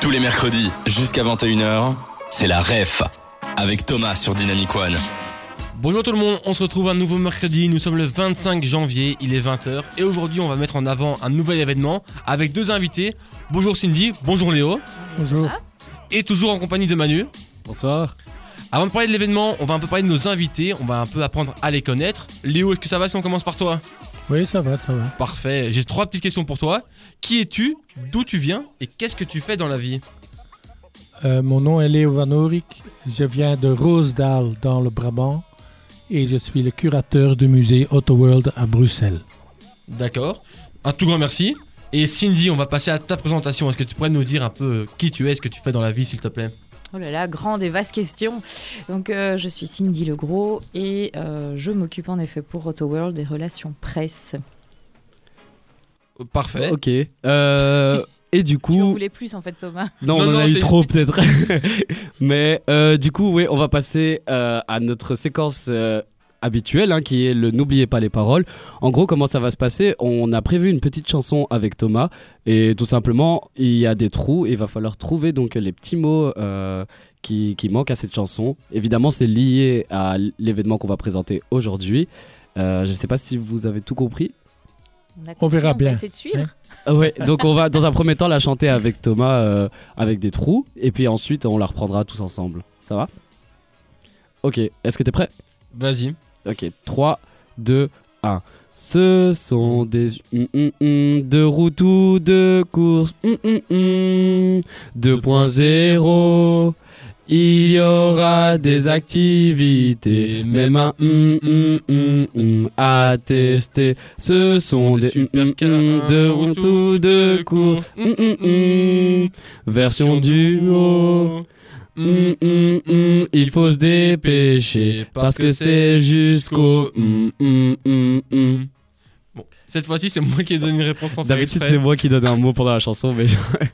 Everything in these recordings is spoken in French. Tous les mercredis, jusqu'à 21h, c'est la REF, avec Thomas sur Dynamic One. Bonjour tout le monde, on se retrouve un nouveau mercredi, nous sommes le 25 janvier, il est 20h et aujourd'hui on va mettre en avant un nouvel événement avec deux invités. Bonjour Cindy, bonjour Léo Bonjour. et toujours en compagnie de Manu. Bonsoir. Avant de parler de l'événement, on va un peu parler de nos invités, on va un peu apprendre à les connaître. Léo, est-ce que ça va si on commence par toi Oui, ça va, ça va. Parfait, j'ai trois petites questions pour toi. Qui es-tu D'où tu viens Et qu'est-ce que tu fais dans la vie Euh, mon nom est Léo Van Orik. Je viens de Roosdaal dans le Brabant et je suis le curateur du musée Autoworld à Bruxelles. D'accord, un tout grand merci. Et Cindy, on va passer à ta présentation. Est-ce que tu pourrais nous dire un peu qui tu es, ce que tu fais dans la vie s'il te plaît Oh là là, grande et vaste question. Donc, euh, je suis Cindy Legros et euh, je m'occupe en effet pour AutoWorld des relations presse. Parfait. Ok. Euh, et du Tu en coup, voulais plus en fait, Thomas non, Non, on en non, a eu c'est- trop peut-être. Mais euh, du coup, oui, on va passer euh, à notre séquence euh, habituelle, hein, qui est le n'oubliez pas les paroles. En gros, comment ça va se passer On a prévu une petite chanson avec Thomas, et tout simplement, il y a des trous, et il va falloir trouver donc les petits mots. euh, qui, qui manquent à cette chanson. Évidemment, c'est lié à l'événement qu'on va présenter aujourd'hui. Euh, je ne sais pas si vous avez tout compris. a On verra compris, bien. va essayer de suivre. Ah Ouais, donc on va dans un premier temps la chanter avec Thomas euh, avec des trous et puis ensuite on la reprendra tous ensemble. Ça va Ok, est-ce que t'es prêt Vas-y. Ok, 3, 2, 1. Ce sont des hum, hum, hum, de roues tout de course hum, hum, hum, 2.0. Il y aura des activités, même un hum, hum, hum, hum, à tester. Ce sont Des des hum, super hum, cars, hum, de un roues tout tout de course hum, hum, hum, version duo. Mm. Hum, hum, hum, il faut se dépêcher parce que c'est jusqu'au. hum, hum, hum, hum. Bon, cette fois-ci, c'est moi qui ai donné une réponse en fait D'habitude, exprès. c'est moi qui donne un mot pendant la chanson, mais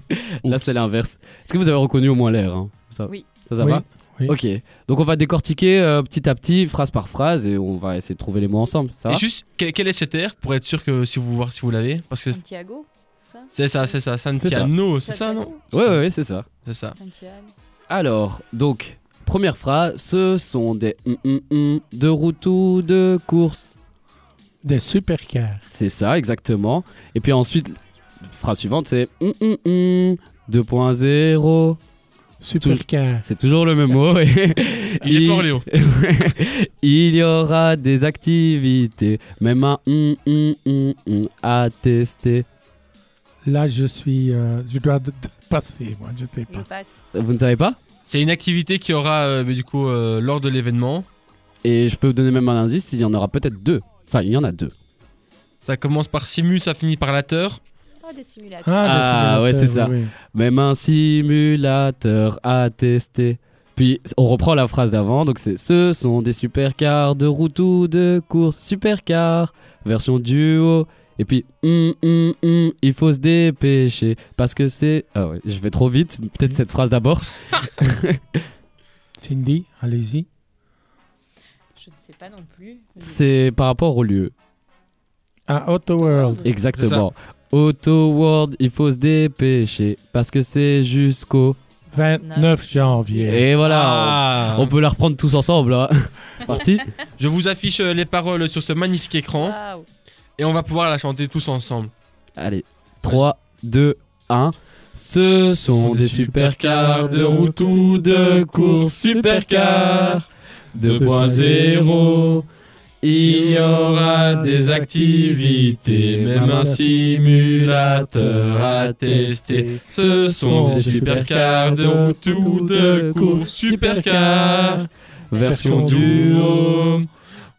là, c'est l'inverse. Est-ce que vous avez reconnu au moins l'air hein ça, Oui. Ça, ça Oui, va oui. Ok. Donc, on va décortiquer euh, petit à petit, phrase par phrase, et on va essayer de trouver les mots ensemble. Ça va Et juste, quel, quel est cet air pour être sûr que si vous voir si vous l'avez Parce que Santiago c'est ça, c'est ça, C'est ça. Santiano, c'est ça, non Ouais, ouais, ouais, c'est ça. C'est ça. Santiago. Alors, donc, première phrase ce sont des hum, hum, hum de route ou de course. Des supercars. C'est ça, exactement. Et puis ensuite, phrase suivante, c'est hum, hum, hum, 2.0. Supercars. C'est toujours le même mot. et- Il est fort, Léo. Il y aura des activités, même un hum, hum, hum, hum à tester. Là, je suis. euh, je dois d- d- passer, moi, je sais Je pas. passe. Vous ne savez pas C'est une activité qui aura, euh, mais du coup, euh, lors de l'événement, Et je peux vous donner même un indice, il y en aura peut-être deux. Enfin, il y en a deux. ça commence par Simu, ça finit par Later. Oh, des simulateurs. Ah, des ouais, c'est simulateurs, ça. oui, Même un simulateur à tester. Puis on reprend la phrase d'avant, donc c'est ce sont des supercars de route ou de course, supercars, version duo. Et puis hum, hum, hum, il faut se dépêcher parce que c'est. Ah ouais, je vais trop vite, peut-être cette phrase d'abord. oui. Cindy, allez-y. Je ne sais pas non plus. C'est par rapport au lieu, À Autoworld. exactement. Auto World, il faut se dépêcher parce que c'est jusqu'au. 29 janvier. Et voilà, Ah. on, on peut la reprendre tous ensemble. Hein. C'est parti. Je vous affiche euh, les paroles sur ce magnifique écran Waouh. et on va pouvoir la chanter tous ensemble. Allez, 3, 2, 1. Ce sont des supercars de route ou de course, supercars 2.0. Il y aura des activités, même un simulateur à tester. Ce sont des supercars de route ou de course, supercars version duo.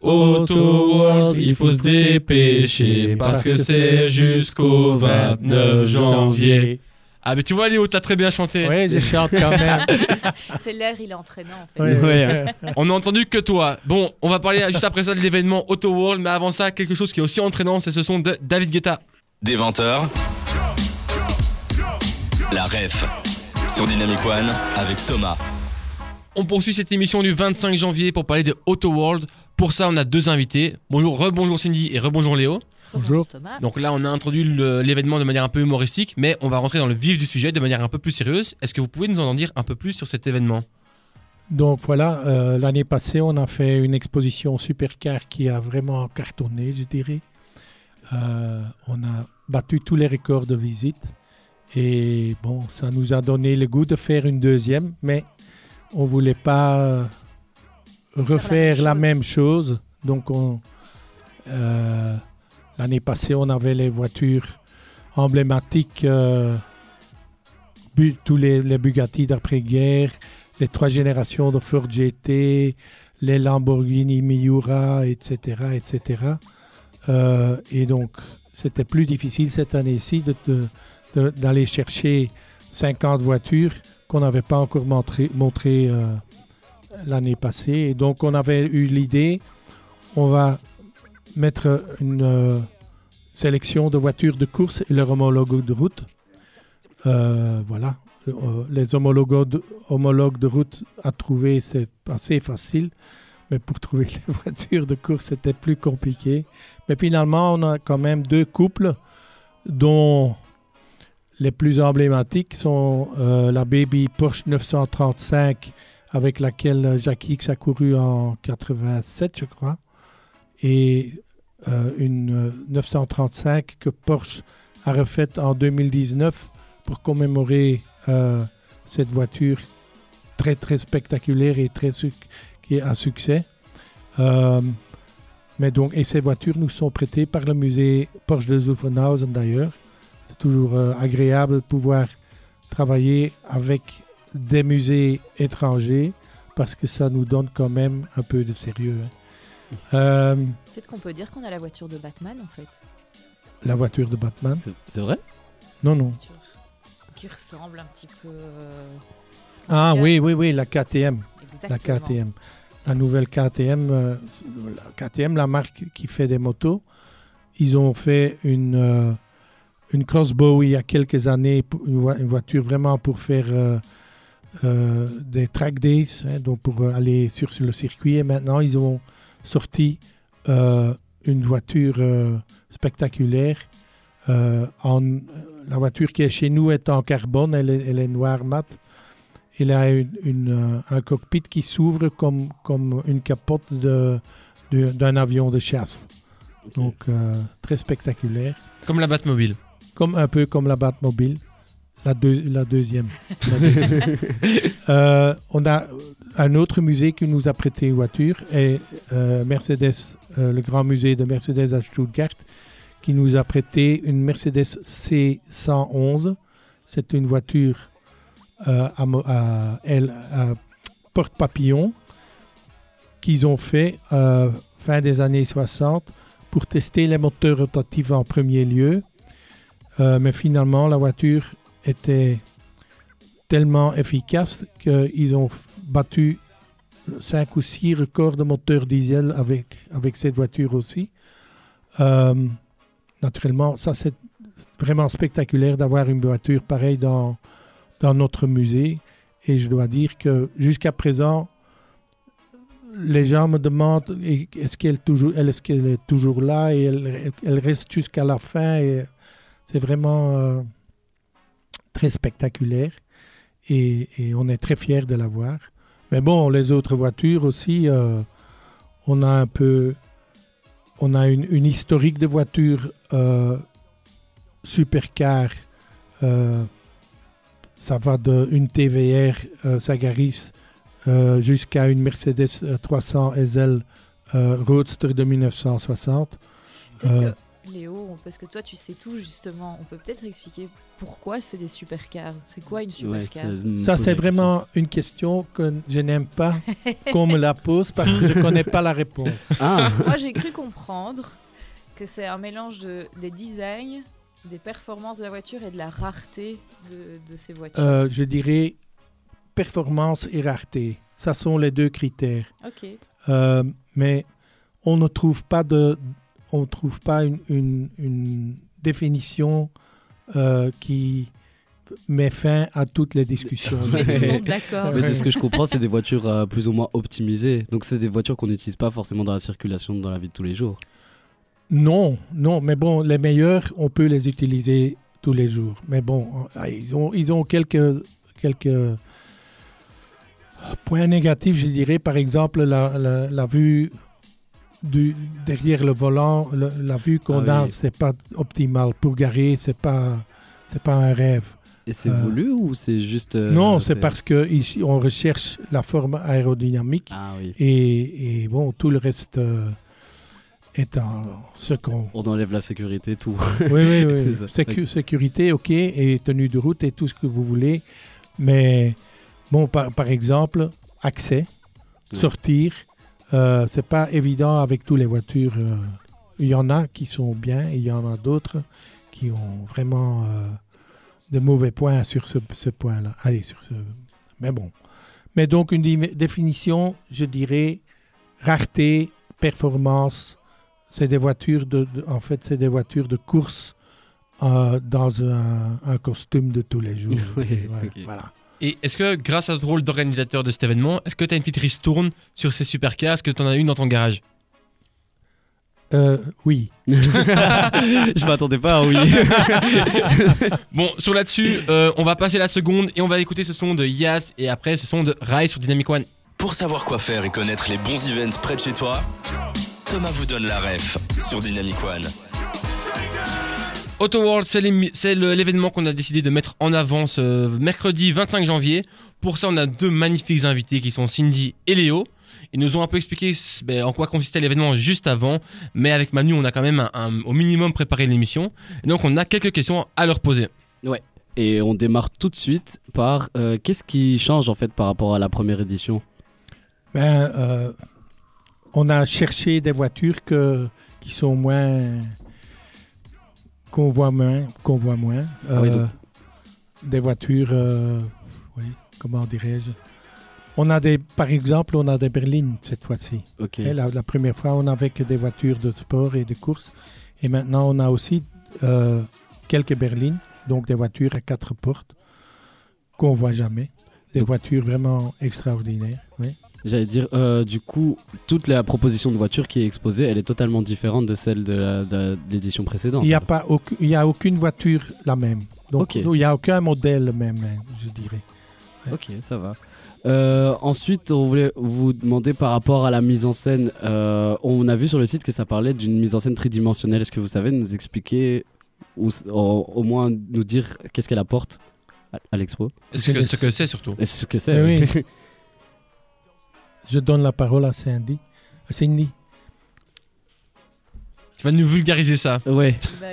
Auto World, il faut se dépêcher parce que c'est jusqu'au 29 janvier. Ah, mais tu vois, Léo, t'as très bien chanté. Oui, je chante quand même. C'est l'air, il est entraînant en fait. Ouais. Ouais. hein. On a entendu que toi. Bon, on va parler juste après ça de l'événement Auto World, mais avant ça, quelque chose qui est aussi entraînant, c'est ce son de David Guetta. Dès 20h, la REF, sur Dynamic One, avec Thomas. On poursuit cette émission du 25 janvier pour parler de Auto World. Pour ça, on a deux invités. Bonjour, rebonjour Cindy et rebonjour Léo. Bonjour. Thomas. Donc là, on a introduit le- l'événement de manière un peu humoristique, mais on va rentrer dans le vif du sujet de manière un peu plus sérieuse. Est-ce que vous pouvez nous en dire un peu plus sur cet événement Donc voilà, euh, l'année passée, on a fait une exposition supercar qui a vraiment cartonné, je dirais. Euh, on a battu tous les records de visite. Et bon, ça nous a donné le goût de faire une deuxième, mais on ne voulait pas euh, refaire la chose. même chose. Donc on, euh, l'année passée, on avait les voitures emblématiques, euh, bu- tous les, les Bugatti d'après-guerre, les trois générations de Ford GT, les Lamborghini Miura, etc. etc. Euh, et donc, c'était plus difficile cette année-ci de- de- de- d'aller chercher 50 voitures qu'on n'avait pas encore montrées montré, euh, l'année passée. Et donc, on avait eu l'idée, on va mettre une euh, sélection de voitures de course et leur homologue de route. Euh, voilà. Euh, les homologues de, homologues de route à trouver, c'est assez facile. Mais pour trouver les voitures de course, c'était plus compliqué. Mais finalement, on a quand même deux couples dont les plus emblématiques sont euh, la Baby Porsche 935 avec laquelle Jackie X a couru en 87, je crois, et euh, une euh, 935 que Porsche a refaite en 2019 pour commémorer euh, cette voiture très très spectaculaire et très suc- qui est un succès. Euh, mais donc, et ces voitures nous sont prêtées par le musée Porsche de Zuffenhausen d'ailleurs. C'est toujours euh, agréable de pouvoir travailler avec des musées étrangers parce que ça nous donne quand même un peu de sérieux. hein. Euh, Peut-être qu'on peut dire qu'on a la voiture de Batman en fait. la voiture de Batman C'est c'est vrai Non, non. Voiture Qui ressemble un petit peu. euh, Ah Ok. oui, oui, oui, la KTM. exactement. La KTM. La nouvelle KTM, euh, la KTM, la marque qui fait des motos, ils ont fait une, euh, une crossbow il y a quelques années, pour- une, voi- une voiture vraiment pour faire euh, euh, des track days, hein, donc pour euh, aller sur, sur le circuit. Et maintenant, ils ont sorti euh, une voiture euh, spectaculaire. euh, en- la voiture qui est chez nous est en carbone, elle est, elle est noire mat. Il a une- une, euh, un cockpit qui s'ouvre comme, comme une capote de- de- d'un avion de chasse. Donc, euh, très spectaculaire. Comme la Batmobile. Comme, un peu comme la Batmobile, la, deux- la deuxième. La deuxième. Euh, on a un autre musée qui nous a prêté une voiture, et euh, Mercedes, euh, le grand musée de Mercedes à Stuttgart, qui nous a prêté une Mercedes C111. C'est une voiture euh, à, mo- à aile- à porte-papillon qu'ils ont fait euh, fin des années 60 pour tester les moteurs rotatifs en premier lieu. Euh, mais finalement, la voiture était tellement efficace qu'ils ont f- battu 5 ou 6 records de moteurs diesel avec, avec cette voiture aussi. Euh, naturellement, ça c'est vraiment spectaculaire d'avoir une voiture pareille dans, dans notre musée. Et je dois dire que jusqu'à présent, les gens me demandent et- est-ce qu'elle toujours, elle- est-ce qu'elle est toujours là et elle, elle reste jusqu'à la fin. Et c'est vraiment euh, très spectaculaire et, et on est très fiers de l'avoir. Mais bon, les autres voitures aussi, euh, on a un peu. On a une, une historique de voitures euh, supercar. euh, ça va de une TVR euh, Sagaris euh, jusqu'à une Mercedes euh, 300 SL euh, Roadster de 1960. Peut-être Euh. que, Léo, on- parce que toi tu sais tout justement, on peut peut-être expliquer pourquoi c'est des supercars. C'est quoi une Ouais, supercar me Ça, pose c'est la question. vraiment une question que je n'aime pas qu'on me la pose parce que je ne connais pas la réponse. Ah, Moi j'ai cru comprendre que c'est un mélange de, des designs, des performances de la voiture et de la rareté de, de ces voitures. Euh, je dirais performance et rareté. Ça sont les deux critères. Ok. Euh, mais on ne trouve pas, de, on ne trouve pas une, une- une définition euh, qui met fin à toutes les discussions. Mais tout le monde d'accord. mais de ce que je comprends, c'est des voitures euh, plus ou moins optimisées. Donc, c'est des voitures qu'on n'utilise pas forcément dans la circulation, dans la vie de tous les jours. Non, non, mais bon, les meilleurs, on peut les utiliser tous les jours. Mais bon, euh, ils ont, ils ont quelques, quelques euh, points négatifs, je dirais. Par exemple, la, la- la vue du, derrière le volant, le- la vue qu'on Ah a, oui. c'est pas optimal. Pour garer, c'est pas, c'est pas un rêve. Et c'est Euh, voulu ou c'est juste. euh, non, c'est parce que ici, on recherche la forme aérodynamique Ah oui. et, et bon, tout le reste euh, est en ce qu'on. On enlève la sécurité, tout. Oui, oui, oui. C'est ça. Sécu- sécurité, ok, et tenue de route et tout ce que vous voulez. Mais bon, par, par exemple, accès, Oui. sortir, euh, c'est pas évident avec toutes les voitures. euh. Il y en a qui sont bien, et il y en a d'autres qui ont vraiment euh, de mauvais points sur ce, ce point-là. Allez, sur ce. Mais bon. Mais donc, une dé- définition, je dirais, rareté, performance. C'est des voitures de, de- en fait, c'est des voitures de course euh, dans un, un costume de tous les jours. je dirais. Ouais, ok. Voilà. Et est-ce que, grâce à ton rôle d'organisateur de cet événement, est-ce que tu as une petite ristourne sur ces super Est-ce que tu en as une dans ton garage Euh, oui. Je m'attendais pas, à oui. Bon, sur là-dessus, euh, on va passer la seconde et on va écouter ce son de Yas et après ce son de Rai sur Dynamic One. Pour savoir quoi faire et connaître les bons events près de chez toi, Thomas vous donne la ref sur Dynamic One. Auto World, c'est l'émi- c'est le- l'événement qu'on a décidé de mettre en avant ce mercredi 25 janvier. Pour ça, on a deux magnifiques invités qui sont Cindy et Léo. Ils nous ont un peu expliqué s- ben, en quoi consistait l'événement juste avant, mais avec Manu, on a quand même un- un- au minimum préparé l'émission. Et Donc, on a quelques questions à leur poser. Et on démarre tout de suite par euh, qu'est-ce qui change en fait par rapport à la première édition Ben, euh, on a cherché des voitures que, qui sont moins. qu'on voit moins. Qu'on voit moins. Euh, Ah oui, donc- Des voitures. euh, oui, comment dirais-je on a des, par exemple, on a des berlines cette fois-ci. Ok. Eh, La, la première fois, on avait que des voitures de sport et de course. Et maintenant, on a aussi euh, quelques berlines, donc des voitures à quatre portes qu'on voit jamais. Des Donc- voitures vraiment extraordinaires. Oui. J'allais dire, euh, du coup, toute la proposition de voiture qui est exposée, elle est totalement différente de celle de la- de l'édition précédente. Il n'y a, pas aucu- il y a aucune voiture la même. Donc, Ok. il n'y a aucun modèle même, hein, je dirais. Ok, ça va. Euh, ensuite, on voulait vous demander par rapport à la mise en scène. euh, on a vu sur le site que ça parlait d'une mise en scène tridimensionnelle. Est-ce que vous savez nous expliquer ou s- au, au moins nous dire qu'est-ce qu'elle apporte à, à l'expo Ce que ce que c'est surtout. Et ce que c'est Eh oui. Je donne la parole à Cindy. À Cindy. Tu vas nous vulgariser ça. Ouais. Bah,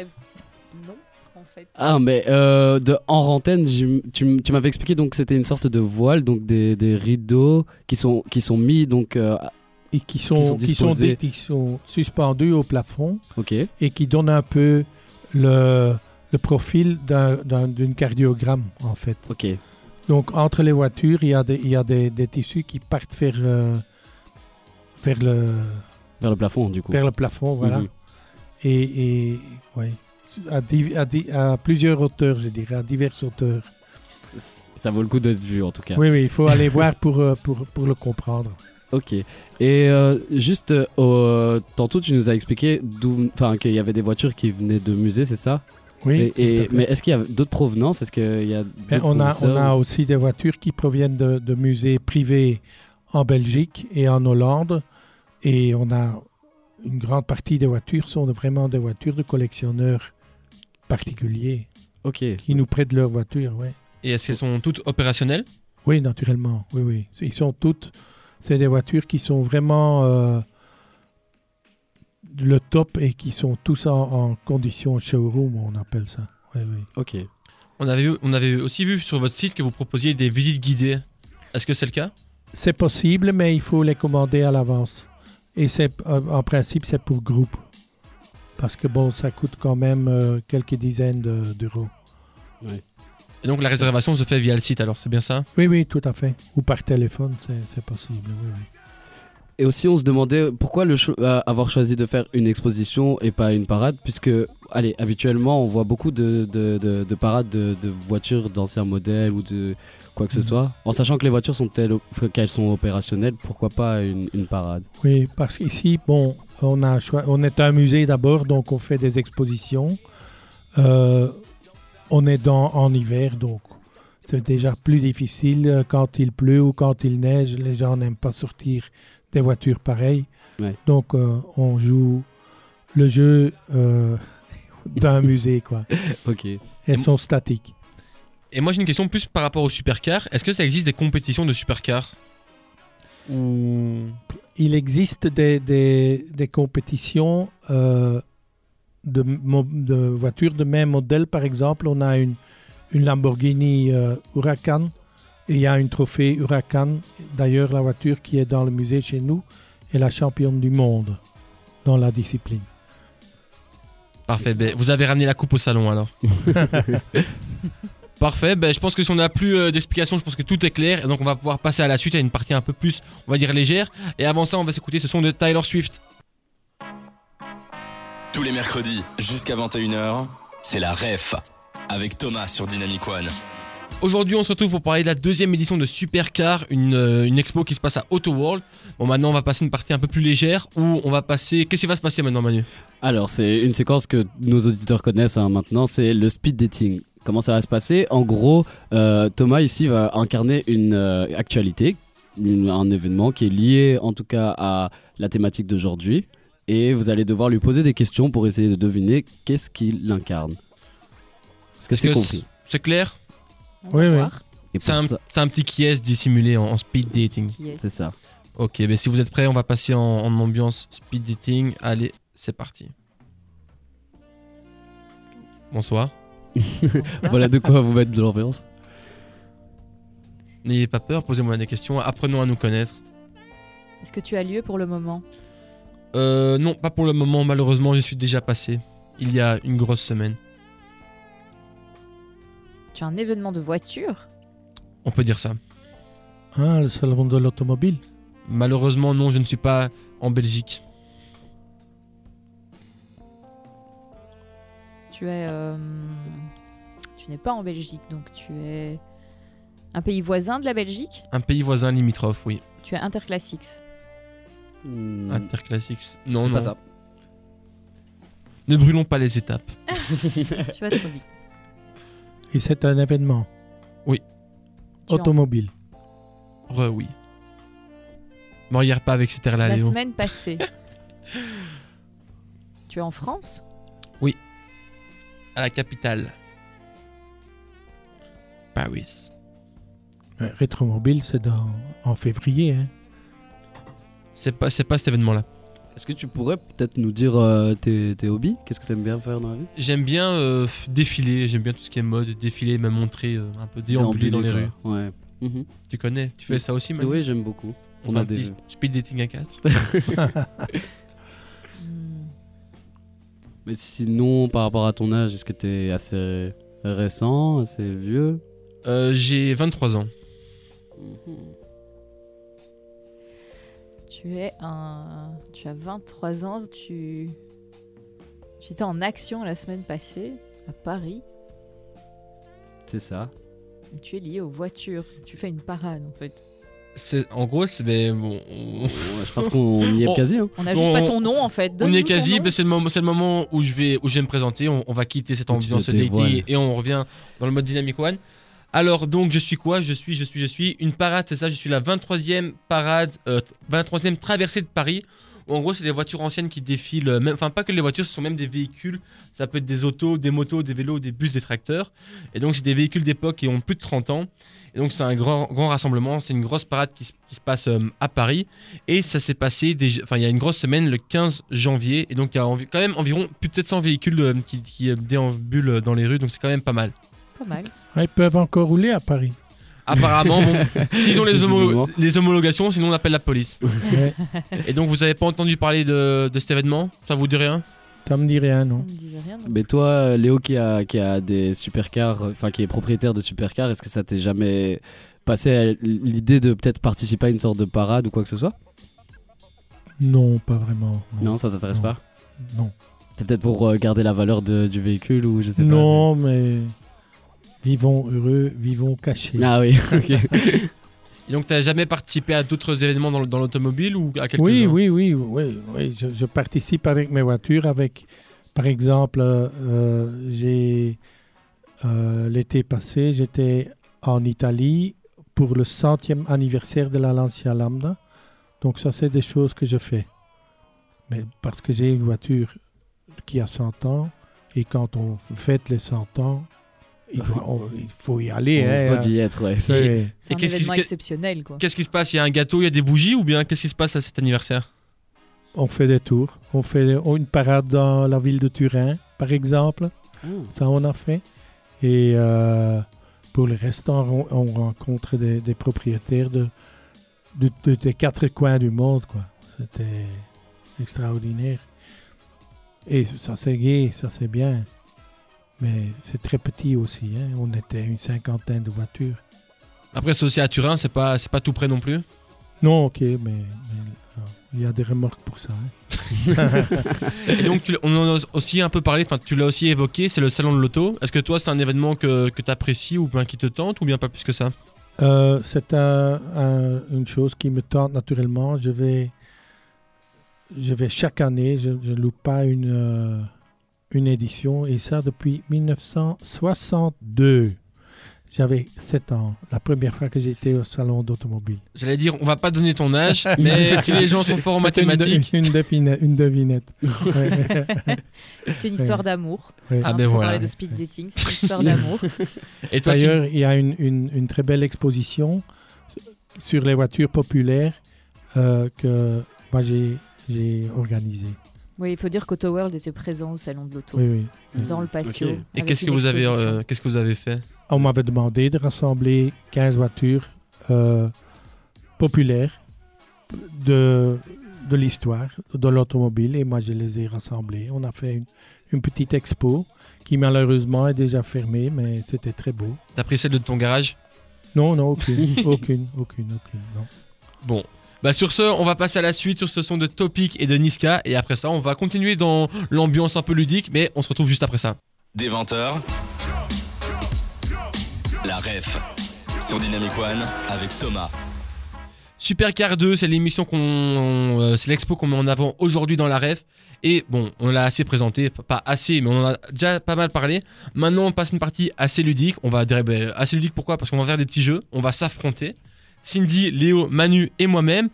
non, en fait. Ah, mais euh, de, en rantaine, j'im- tu, m- tu m'avais expliqué donc que c'était une sorte de voile, donc des, des rideaux qui sont, qui sont mis. Donc, euh, Et qui sont, Qui sont qui sont, disposés. dé- qui sont suspendus au plafond ok. et qui donnent un peu le, le profil d'un- d'un- d'une cardiogramme, en fait. Ok. Donc, entre les voitures, il y a des, il y a des, des tissus qui partent vers le, vers le, Vers le plafond, du coup. vers le plafond, voilà. Mhm. et, et- oui, à, div- à di- à plusieurs hauteurs, je dirais, à diverses hauteurs. C- Ça vaut le coup d'être vu en tout cas. Oui, oui, il faut aller voir pour, euh, pour, pour le comprendre. Ok. Et euh, juste, euh, euh, tantôt tu nous as expliqué d'où, enfin qu'il y avait des voitures qui venaient de musées, c'est ça Oui, Et- et- tout à fait. mais est-ce qu'il y a d'autres provenances Est-ce qu'il y a Mais d'autres on, a, on fournisseurs a aussi des voitures qui proviennent de, de musées privés en Belgique et en Hollande. Et on a une grande partie des voitures sont vraiment des voitures de collectionneurs particuliers Ok. qui nous prêtent leurs voitures. Oui, Et est-ce qu'elles sont toutes opérationnelles oui naturellement. Oui, oui. Ils sont toutes. C'est des voitures qui sont vraiment euh, le top et qui sont tous en, en condition showroom, on appelle ça. Oui, oui. Ok. on avait, on avait aussi vu sur votre site que vous proposiez des visites guidées. Est-ce que c'est le cas C'est possible, mais il faut les commander à l'avance. Et c'est euh, en principe, c'est pour groupe. Parce que bon, ça coûte quand même euh, quelques dizaines de- d'euros. Et donc la réservation se fait via le site, alors c'est bien ça Oui, oui, tout à fait. Ou par téléphone, c'est c'est possible. Oui, oui. Et aussi, on se demandait pourquoi le cho- euh, avoir choisi de faire une exposition et pas une parade, puisque, allez, habituellement, on voit beaucoup de, de- de- de parades de, de voitures d'anciens modèles ou de quoi que ce Mhm. soit. En sachant que les voitures sont telles qu'elles sont opérationnelles, pourquoi pas une, une parade Oui, parce qu'ici, bon, On, a choi- on est un musée d'abord, donc on fait des expositions. Euh, on est dans, en hiver, donc c'est déjà plus difficile euh, quand il pleut ou quand il neige. Les gens n'aiment pas sortir des voitures pareilles. Ouais. Donc euh, on joue le jeu euh, d'un musée, quoi. Ok. Elles sont statiques. Et moi j'ai une question plus par rapport aux supercars. Est-ce que ça existe des compétitions de supercars Ou. Il existe des, des- des compétitions euh, de, mo- de voitures de même modèle. Par exemple, on a une, une Lamborghini euh, Huracan et il y a une trophée Huracan. D'ailleurs, la voiture qui est dans le musée chez nous est la championne du monde dans la discipline. Parfait, ben, vous avez ramené la coupe au salon alors. Parfait, ben, je pense que si on n'a plus euh, d'explications, je pense que tout est clair. Et donc on va pouvoir passer à la suite à une partie un peu plus, on va dire légère. Et avant ça, on va s'écouter ce son de Tyler Swift. Tous les mercredis jusqu'à 21h, c'est la REF avec Thomas sur Dynamic One. Aujourd'hui, on se retrouve pour parler de la deuxième édition de Supercar, une, euh, une expo qui se passe à Auto World. Bon, maintenant, on va passer une partie un peu plus légère où on va passer. Qu'est-ce qui va se passer maintenant, Manu Alors, c'est une séquence que nos auditeurs connaissent hein, maintenant, c'est le speed dating. Comment ça va se passer En gros, euh, Thomas ici va incarner une euh, actualité, une- un événement qui est lié en tout cas à la thématique d'aujourd'hui. Et vous allez devoir lui poser des questions pour essayer de deviner qu'est-ce qu'il incarne. Est-ce que Est-ce c'est que compris C'est clair On va Oui, oui. voir Et C'est pour un, ça- c'est un petit qui est dissimulé en, en speed dating. qui est. C'est ça. Ok, mais si vous êtes prêts, on va passer en, en ambiance speed dating. Allez, c'est parti. Bonsoir. Bonsoir. Voilà de quoi vous mettre de l'ambiance. N'ayez pas peur, posez-moi des questions, apprenons à nous connaître. Est-ce que tu as lieu pour le moment Euh, non, pas pour le moment, malheureusement, j'y suis déjà passé. Il y a une grosse semaine. Tu as un événement de voiture On peut dire ça. Hein, le salon de l'automobile. Malheureusement, non, je ne suis pas en Belgique. Tu es. euh, tu n'es pas en Belgique, donc tu es. Un pays voisin de la Belgique Un pays voisin limitrophe, oui. Tu es interclassics. Hmm. Ah, Interclassics. Non, Hmm. Non, non. Ne brûlons pas les étapes. tu vas trop vite. Et c'est un événement Tu es en- automobile. Re, oui. Me regarde pas avec ces terres-là, La Léo. semaine passée. tu es en France À la capitale. Paris. Ouais, Rétromobile, c'est dans- en février. hein. C'est pas, c'est pas cet événement-là. Est-ce que tu pourrais peut-être nous dire euh, tes, tes hobbies Qu'est-ce que tu aimes bien faire dans la vie J'aime bien euh, défiler, j'aime bien tout ce qui est mode, défiler, même montrer, euh, un peu déambuler dans les rues. quoi. Ouais. Mhm. Tu connais, tu fais ça aussi, même Oui, j'aime beaucoup. on fait a un des- petit speed dating à 4. Hmm. Mais sinon, par rapport à ton âge, est-ce que t'es assez récent, assez vieux Euh, J'ai 23 ans. Tu es un. Tu as 23 ans, tu. Tu étais en action la semaine passée à Paris C'est ça. et tu es lié aux voitures. Tu fais une parade en fait. C'est- En gros, c'est. ben, bon, on- Ouais, je pense qu'on y est Oh. quasi. hein. On n'a Bon, juste pas on- ton nom en fait. on y Donne-nous est ton quasi, nom. ben, c'est le, moment- c'est le moment où je, vais, où je vais me présenter. On, on va quitter cette Où tu ambiance te dating dévoiles. et on revient dans le mode Dynamic One. Alors, donc, je suis quoi Je suis, je suis, je suis une parade, c'est ça Je suis la 23e parade, euh, 23e traversée de Paris. En gros, c'est des voitures anciennes qui défilent, euh, même- enfin, pas que les voitures, ce sont même des véhicules. Ça peut être des autos, des motos, des vélos, des bus, des tracteurs. Et donc, c'est des véhicules d'époque qui ont plus de 30 ans. Et donc, c'est un grand, grand rassemblement, c'est une grosse parade qui, se- qui se passe euh, à Paris. Et ça s'est passé, déjà- enfin, il y a une grosse semaine, le 15 janvier. Et donc, il y a envi- quand même environ plus de 700 véhicules euh, qui, qui, euh, déambulent euh, dans les rues. Donc, c'est quand même pas mal. Pas mal. Ah, ils peuvent encore rouler à Paris. Apparemment, bon, s'ils ont les, homo- Visiblement. les homologations, sinon on appelle la police. Ouais, Et donc, vous avez pas entendu parler de, de cet événement Ça vous dit rien ça me dit rien, Ça non me disait rien. non. Mais toi, euh, Léo, qui a, qui a des supercars, euh, enfin qui est propriétaire de supercars, est-ce que ça t'est jamais passé à l'idée de peut-être participer à une sorte de parade ou quoi que ce soit Non, pas vraiment. Non, Non, ça t'intéresse Non. pas non. C'est peut-être pour euh, garder la valeur de- du véhicule ou je sais Non, mais vivons heureux, vivons cachés. pas. c'est- Ah oui, ok. Et donc, t'as jamais participé à d'autres événements dans, le- dans l'automobile ou à quelques Oui, oui, oui, oui, oui. Je, je participe avec mes voitures, avec, par exemple, euh, euh, j'ai euh, l'été passé, j'étais en Italie pour le centième anniversaire de la Lancia Lambda. Donc ça, c'est des choses que je fais. Mais parce que j'ai une voiture qui a 100 ans, et quand on fête les 100 ans, il, doit- on- il faut y aller. On hein. se doit d'y être, ouais. Oui. C'est Et un qu'est-ce qui- événement que- exceptionnel, quoi. Qu'est-ce qui se passe Il y a un gâteau, il y a des bougies ou bien qu'est-ce qui se passe à cet anniversaire On fait des tours. On fait on- une parade dans la ville de Turin, par exemple. Ça, on a fait. Et euh, pour le reste, on, on rencontre des, des propriétaires de, de- de- des quatre coins du monde. quoi. C'était extraordinaire. Et ça, c'est gai, ça, c'est bien. Mais c'est très petit aussi. hein. On était une cinquantaine de voitures. Après, c'est aussi à Turin, c'est pas, c'est pas tout près non plus. Non, ok, mais mais, euh, il y a des remorques pour ça. hein. Et donc, tu l'as- on en a aussi un peu parlé, enfin, tu l'as aussi évoqué, c'est le salon de l'auto. Est-ce que toi, c'est un événement que, que tu apprécies ou bien qui te tente ou bien pas plus que ça Euh, c'est un- un- une chose qui me tente naturellement. Je vais, je vais chaque année, je ne loupe pas une, euh, une édition, et ça depuis 1962. J'avais 7 ans, la première fois que j'étais au salon d'automobile. J'allais dire, on va pas donner ton âge, mais si les gens sont forts en C'était une de- mathématiques. Une, devine- une devinette. Ouais. C'est une histoire d'amour. Ouais. Ah Hein, ben tu voilà. parlais de speed dating, c'est une histoire d'amour. Et toi, Sim- D'ailleurs, il y a une, une- une très belle exposition sur les voitures populaires euh, que moi j'ai- j'ai organisée. Oui, il faut dire qu'Auto World était présent au salon de l'auto, Oui, oui. dans le patio. Ok. et avec qu'est-ce que une vous avez, exposition. euh, qu'est-ce que vous avez fait On m'avait demandé de rassembler 15 voitures euh, populaires de, de l'histoire de l'automobile et moi je les ai rassemblées. On a fait une, une petite expo qui malheureusement est déjà fermée, mais c'était très beau. T'as pris celle de ton garage Non, non, aucune, aucune, aucune, aucune. Non. Bon. Bah sur ce, on va passer à la suite sur ce son de Topic et de Niska. Et après ça, on va continuer dans l'ambiance un peu ludique, mais on se retrouve juste après ça. Dès 20h, la ref sur Dynamic One avec Thomas. Supercar 2, c'est l'émission qu'on, euh, c'est l'expo qu'on met en avant aujourd'hui dans la ref. Et bon, on l'a assez présenté, p- pas assez, mais on en a déjà pas mal parlé. Maintenant, on passe une partie assez ludique. On va dire, ben, assez ludique pourquoi Parce qu'on va faire des petits jeux, on va s'affronter. Cindy, Léo, Manu et moi-même.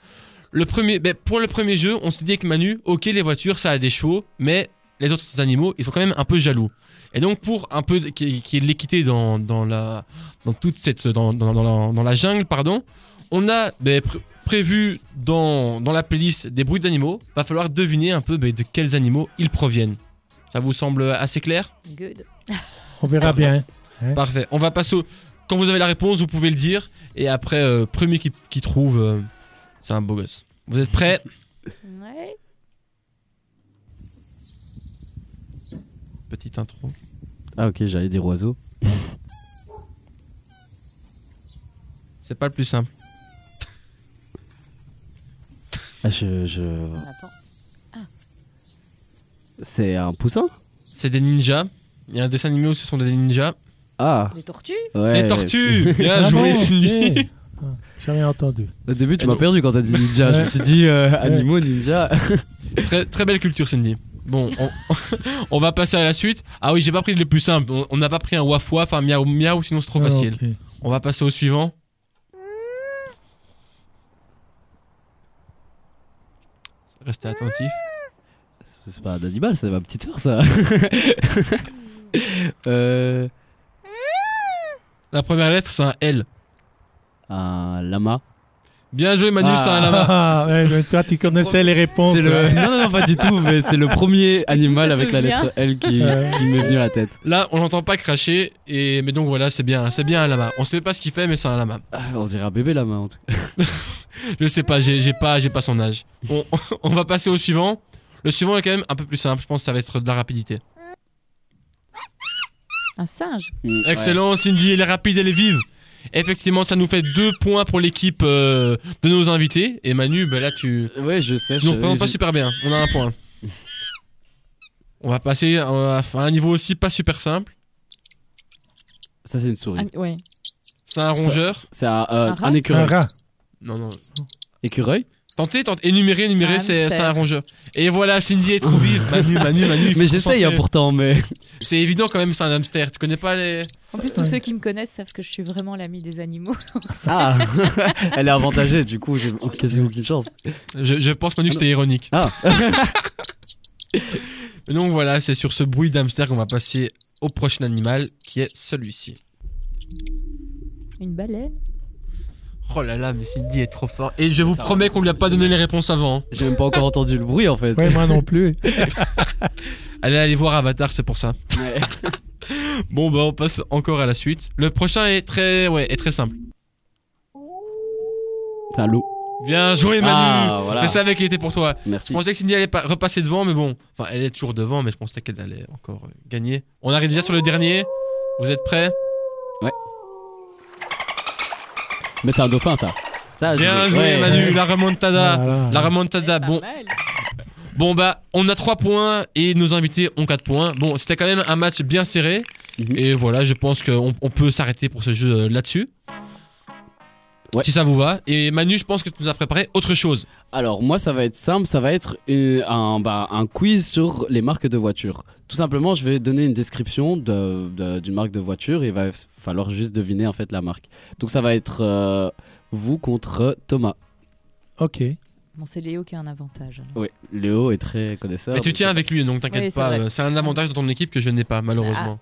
Le premier, ben, pour le premier jeu, on se dit avec Manu, ok, les voitures, ça a des chevaux, mais les autres animaux, ils sont quand même un peu jaloux. Et donc, pour un peu de- qu'il y ait- qu'il y ait de l'équité dans, dans la, dans toute cette, dans, dans- dans la, dans la jungle, pardon, on a ben, pr- prévu dans, dans la playlist des bruits d'animaux. Va falloir deviner un peu ben, de quels animaux ils proviennent. Ça vous semble assez clair Good. On verra bien. Parfait. On va passer au. Quand vous avez la réponse, vous pouvez le dire. Et après, euh, premier qui, qui trouve, euh, c'est un beau gosse. Vous êtes prêts Ouais. Petite intro. Ah, ok, j'allais dire oiseau. C'est pas le plus simple. Ah, je. je- Attends. C'est un poussin C'est des ninjas. Il y a un dessin animé où ce sont des ninjas. Ah, Les tortues ouais. Les tortues Bien Ah joué, bon, Cindy ok. Ah, J'avais entendu. Au début, tu Et m'as donc- perdu quand t'as dit ninja. je me suis dit euh, animaux, ninja. Très, très belle culture, Cindy. Bon, on, on va passer à la suite. Ah oui, j'ai pas pris le plus simple. On- On n'a pas pris un waf waf, un miaou miaou, sinon c'est trop Ah, facile. ok. On va passer au suivant. Restez attentif. C'est pas un animal, c'est ma petite soeur, ça. euh, La première lettre, c'est un L. un lama. Bien joué, Manu, Ah. c'est un lama. Ah, ouais, mais toi, tu connaissais les réponses. C'est le... non, non, non, pas du tout, mais c'est le premier animal te avec la vient lettre L qui, qui Ouais. m'est venu à la tête. Là, on l'entend pas cracher, et mais donc voilà, c'est bien, c'est bien un lama. On sait pas ce qu'il fait, mais c'est un lama. Ah, on dirait un bébé lama en tout cas. Je sais pas, j'ai j'ai pas, j'ai pas son âge. On, on va passer au suivant. Le suivant est quand même un peu plus simple. Je pense que ça va être de la rapidité. Un singe Mm, Excellent, Cindy, elle est rapide, elle est vive. Effectivement, ça nous fait deux points pour l'équipe euh, de nos invités. Et Manu, bah là, tu, Ouais, Ouais, je sais. Je je- nous représente pas je- super bien, on a un point. On va passer euh, à à un niveau aussi pas super simple. Ça, c'est une souris. Un- Ah, Ouais. C'est un Ça- rongeur. C'est un, euh, Un rat un Un écureuil. rat. Non, non. Écureuil Tentez, tentez. Énumérer, énumérer, Un c'est hamster. c'est un rongeur. Et voilà, Cindy est trop vive. Manu, Manu, Manu. il faut Mais j'essaye hein, tenter. pourtant, mais. C'est évident quand même, c'est un hamster. Tu connais pas les. En plus, tous Ouais. ceux qui me connaissent savent que je suis vraiment l'ami des animaux. Ah Elle est avantagée, du coup, j'ai quasi aucune chance. Je, je pense, Manu, que c'était ironique. Ah Donc voilà, c'est sur ce bruit d'hamster qu'on va passer au prochain animal qui est celui-ci. Une baleine Oh là là, mais Cindy est trop fort. Et je vous Ça va, promets qu'on lui a pas donné génial. les réponses avant. hein. J'ai même pas encore entendu le bruit en fait. Ouais, moi non plus. Allez, allez voir Avatar, c'est pour ça. Bon, bah, on passe encore à la suite. Le prochain est très, ouais, est très simple. C'est un loup. Bien joué, Manu Ah, voilà. Je savais qu'il était pour toi. Je Merci. pensais que Cindy allait pas- repasser devant, mais bon. Enfin, elle est toujours devant, mais je pensais qu'elle allait encore euh, gagner. On arrive déjà sur le dernier. Vous êtes prêts Mais c'est un dauphin ça. ça Ah, je Bien vais- joué, ouais. Manu. La remontada. Voilà. La remontada. Ah, bah Bon, bon, bah, on a 3 points et nos invités ont 4 points. Bon, c'était quand même un match bien serré. Mhm. Et voilà, je pense qu'on on peut s'arrêter pour ce jeu euh, là-dessus. Ouais. Si ça vous va. Et Manu, je pense que tu nous as préparé autre chose. Alors moi ça va être simple, ça va être euh, un, bah, un quiz sur les marques de voitures. Tout simplement je vais donner une description de- de- d'une marque de voiture et il va f- falloir juste deviner en fait la marque. Donc ça va être euh, vous contre Thomas. Ok. Bon, c'est Léo qui a un avantage. alors. Oui, Léo est très connaisseur. Mais tu donc tiens ça- avec lui, donc t'inquiète Oui, c'est pas. vrai. Ah. euh, C'est un avantage dans ton équipe que je n'ai pas, malheureusement.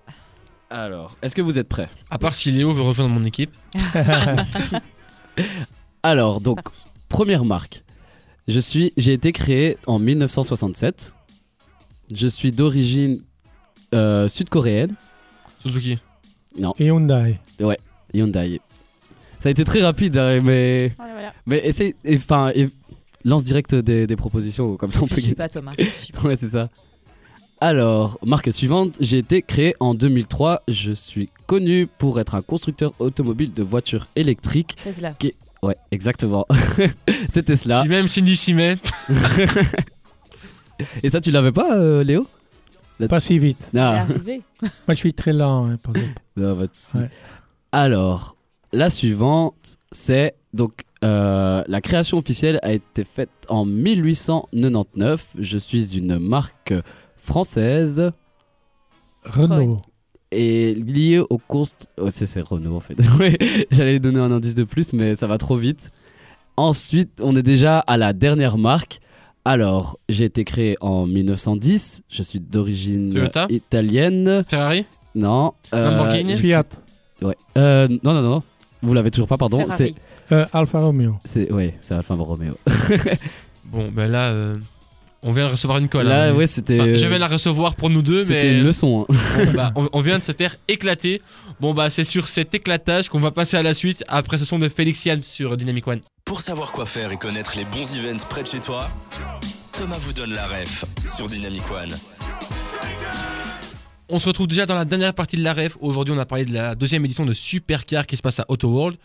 Alors, est-ce que vous êtes prêts À part si Léo veut rejoindre mon équipe. Alors donc, Parti. première marque. Je suis, j'ai été créé en 1967. Je suis d'origine euh, sud-coréenne. Suzuki. Hyundai. Hyundai. Ça a été très rapide, hein, mais Voilà, voilà. mais essaye, et- enfin, et- lance direct des, des propositions comme ça on peut Je sais guetter. pas, Thomas. Je sais pas. Ouais, c'est ça. Alors, marque suivante, j'ai été créé en 2003. Je suis connu pour être un constructeur automobile de voitures électriques. Tesla. Ouais, exactement. c'est Tesla. Si même Cindy s'y met. Et ça, tu l'avais pas, euh, Léo Pas si vite. C'est Ah. arrivé. Moi, je suis très lent. hein, par exemple. Non, pas de souci. Ouais. Alors, la suivante, c'est donc euh, la création officielle a été faite en 1899. Je suis une marque française Renault. et liée au const. Oh, c'est c'est Renault en fait. Ouais, J'allais donner un indice de plus, mais ça va trop vite. Ensuite, on est déjà à la dernière marque. Alors, j'ai été créé en 1910. Je suis d'origine Toyota italienne. Ferrari Non. euh, Lamborghini je suis- Fiat. Ouais. Euh, non, non, non, non. Vous l'avez toujours pas, pardon. Ferrari. C'est, Euh, Alfa Romeo. c'est, ouais, c'est Alfa Romeo. Bon, ben là, euh, on vient de recevoir une colle. hein, Là, Manu. ouais, c'était. Enfin, je viens de la recevoir pour nous deux, C'était mais une leçon. hein. bon, bah, on, on vient de se faire éclater. Bon, bah, c'est sur cet éclatage qu'on va passer à la suite après ce son de Félix Yann sur Dynamic One. Pour savoir quoi faire et connaître les bons events près de chez toi, Thomas vous donne la ref sur Dynamic One. On se retrouve déjà dans la dernière partie de la ref. Aujourd'hui, on a parlé de la deuxième édition de Supercar qui se passe à Auto World.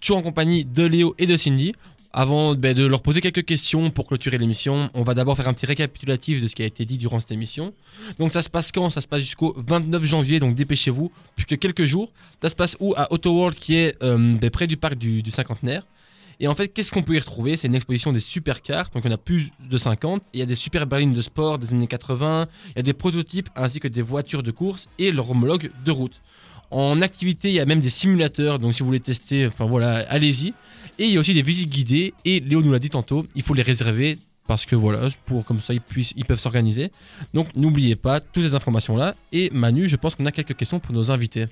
Toujours en compagnie de Léo et de Cindy. Avant ben, de leur poser quelques questions pour clôturer l'émission, on va d'abord faire un petit récapitulatif de ce qui a été dit durant cette émission. Donc ça se passe quand Ça se passe jusqu'au 29 janvier, donc dépêchez-vous, plus que quelques jours. Ça se passe où À Auto World qui est euh, ben, près du parc du, du cinquantenaire. Et en fait, qu'est-ce qu'on peut y retrouver C'est une exposition des supercars, donc il y en a plus de 50. Il y a des super berlines de sport des années 80, il y a des prototypes ainsi que des voitures de course et leur homologue de route. En activité, il y a même des simulateurs, donc si vous voulez tester, enfin voilà, allez-y. Et il y a aussi des visites guidées, et Léo nous l'a dit tantôt, il faut les réserver parce que voilà, pour comme ça ils, puissent, ils peuvent s'organiser. Donc n'oubliez pas toutes ces informations-là. Et Manu, je pense qu'on a quelques questions pour nos invités.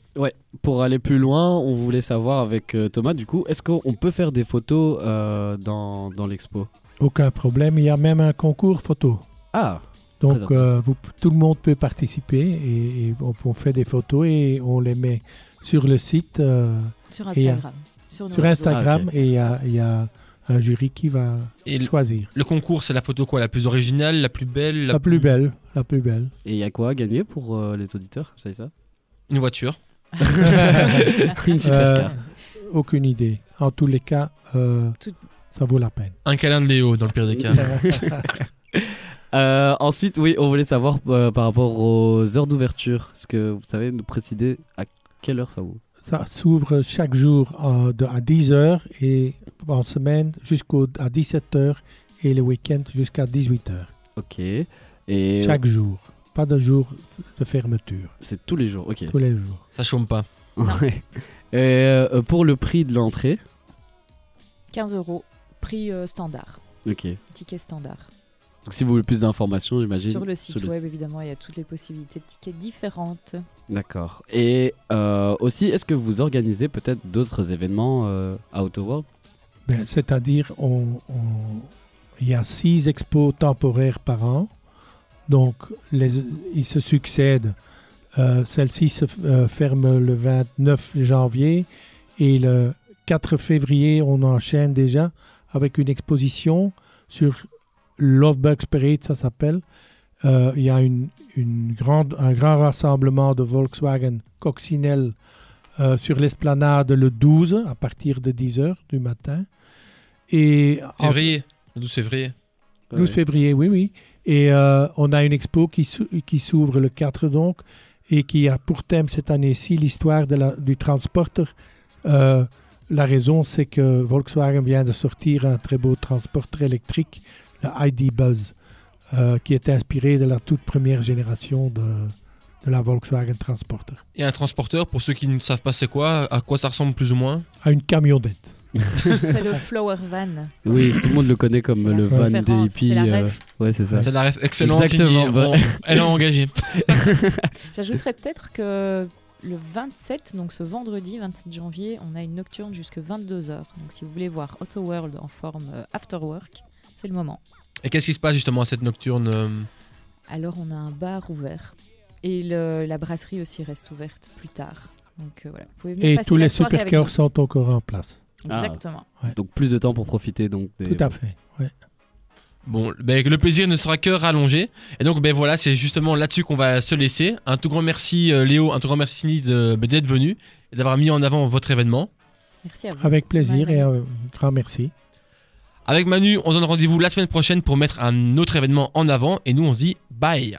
Pour aller plus loin, on voulait savoir avec euh, Thomas, du coup, est-ce qu'on peut faire des photos euh, dans, dans l'expo Aucun problème. Il y a même un concours photo. Ah, Très Donc, intéressant. euh, vous- tout le monde peut participer et, et on, on fait des photos et on les met sur le site, euh, Sur Et, euh, Instagram. Sur, nos sur réseaux. Instagram, Ah, ok. et il y a- il y, a un jury qui va Et le- choisir. le concours, c'est la photo quoi La plus originale, la plus belle, La, la- plus belle, la plus belle. et il y a quoi à gagner pour euh, les auditeurs Comme ça et ça une voiture. Une supercar. Euh, aucune idée. En tous les cas, euh, Tout- ça vaut la peine. Un câlin de Léo dans le pire des cas. Euh, ensuite, oui, on voulait savoir euh, par rapport aux heures d'ouverture. Est-ce que vous savez nous préciser à quelle heure ça ouvre Ça s'ouvre chaque jour euh, de- à 10h et en semaine jusqu'à 17h et le week-end jusqu'à 18h. Ok. Et Chaque jour. Pas de jour de fermeture. c'est tous les jours. Ok. Tous les jours. Ça chôme pas. Ouais. Et euh, pour le prix de l'entrée, 15 euros, prix euh, standard, ok. ticket standard. Donc si vous voulez plus d'informations, j'imagine. Sur le site web, évidemment, il y a toutes les possibilités de tickets différentes. D'accord. Et euh, aussi, est-ce que vous organisez peut-être d'autres événements euh, à Outer World Ben, C'est-à-dire, on- on- il y a six expos temporaires par an. Donc, les- ils se succèdent. Euh, Celle-ci se f- euh, ferme le 29 janvier et le 4 février, on enchaîne déjà avec une exposition sur Lovebug Spirit, ça s'appelle. Euh, il y a une, une grande, un grand rassemblement de Volkswagen Coccinelle euh, sur l'esplanade le 12 à partir de 10h du matin. Et en- Février, le 12 février. 12 février, oui, oui. Et euh, on a une expo qui, s'ou- qui s'ouvre le 4 donc et qui a pour thème cette année-ci l'histoire de la- du transporteur. Euh, la raison, c'est que Volkswagen vient de sortir un très beau transporteur électrique, le ID Buzz, euh, qui est inspiré de la toute première génération de, de la Volkswagen Transporter. Et un transporteur, pour ceux qui ne savent pas c'est quoi, à quoi ça ressemble plus ou moins. À une camionnette. C'est le Flower Van. Oui, tout le monde le connaît comme C'est la le van des référence, hippies. c'est la euh, ref. Ouais, c'est ça. C'est de la ref excellente. Exactement, Cindy. bah. Bon, elle est engagée. euh. J'ajouterais peut-être que le 27, donc ce vendredi 27 janvier, on a une nocturne jusque 22h. Donc si vous voulez voir Auto World en forme euh, after work, c'est le moment. Et qu'est-ce qui se passe justement à cette nocturne euh, Alors on a un bar ouvert et le- la brasserie aussi reste ouverte plus tard. Donc euh, voilà, vous pouvez venir Et passer tous la les soirée avec supercars sont encore en place. nous. Ah. Exactement. Donc plus de temps pour profiter donc des- Tout à fait. ouais. Bon, ben, le plaisir ne sera que rallongé. Et donc, ben voilà, c'est justement là-dessus qu'on va se laisser. Un tout grand merci euh, Léo, un tout grand merci Cindy de- ben, d'être venu et d'avoir mis en avant votre événement. Merci à vous. Avec plaisir Bye et bye. un grand merci. Avec Manu, on se donne rendez-vous la semaine prochaine pour mettre un autre événement en avant. Et nous, on se dit bye.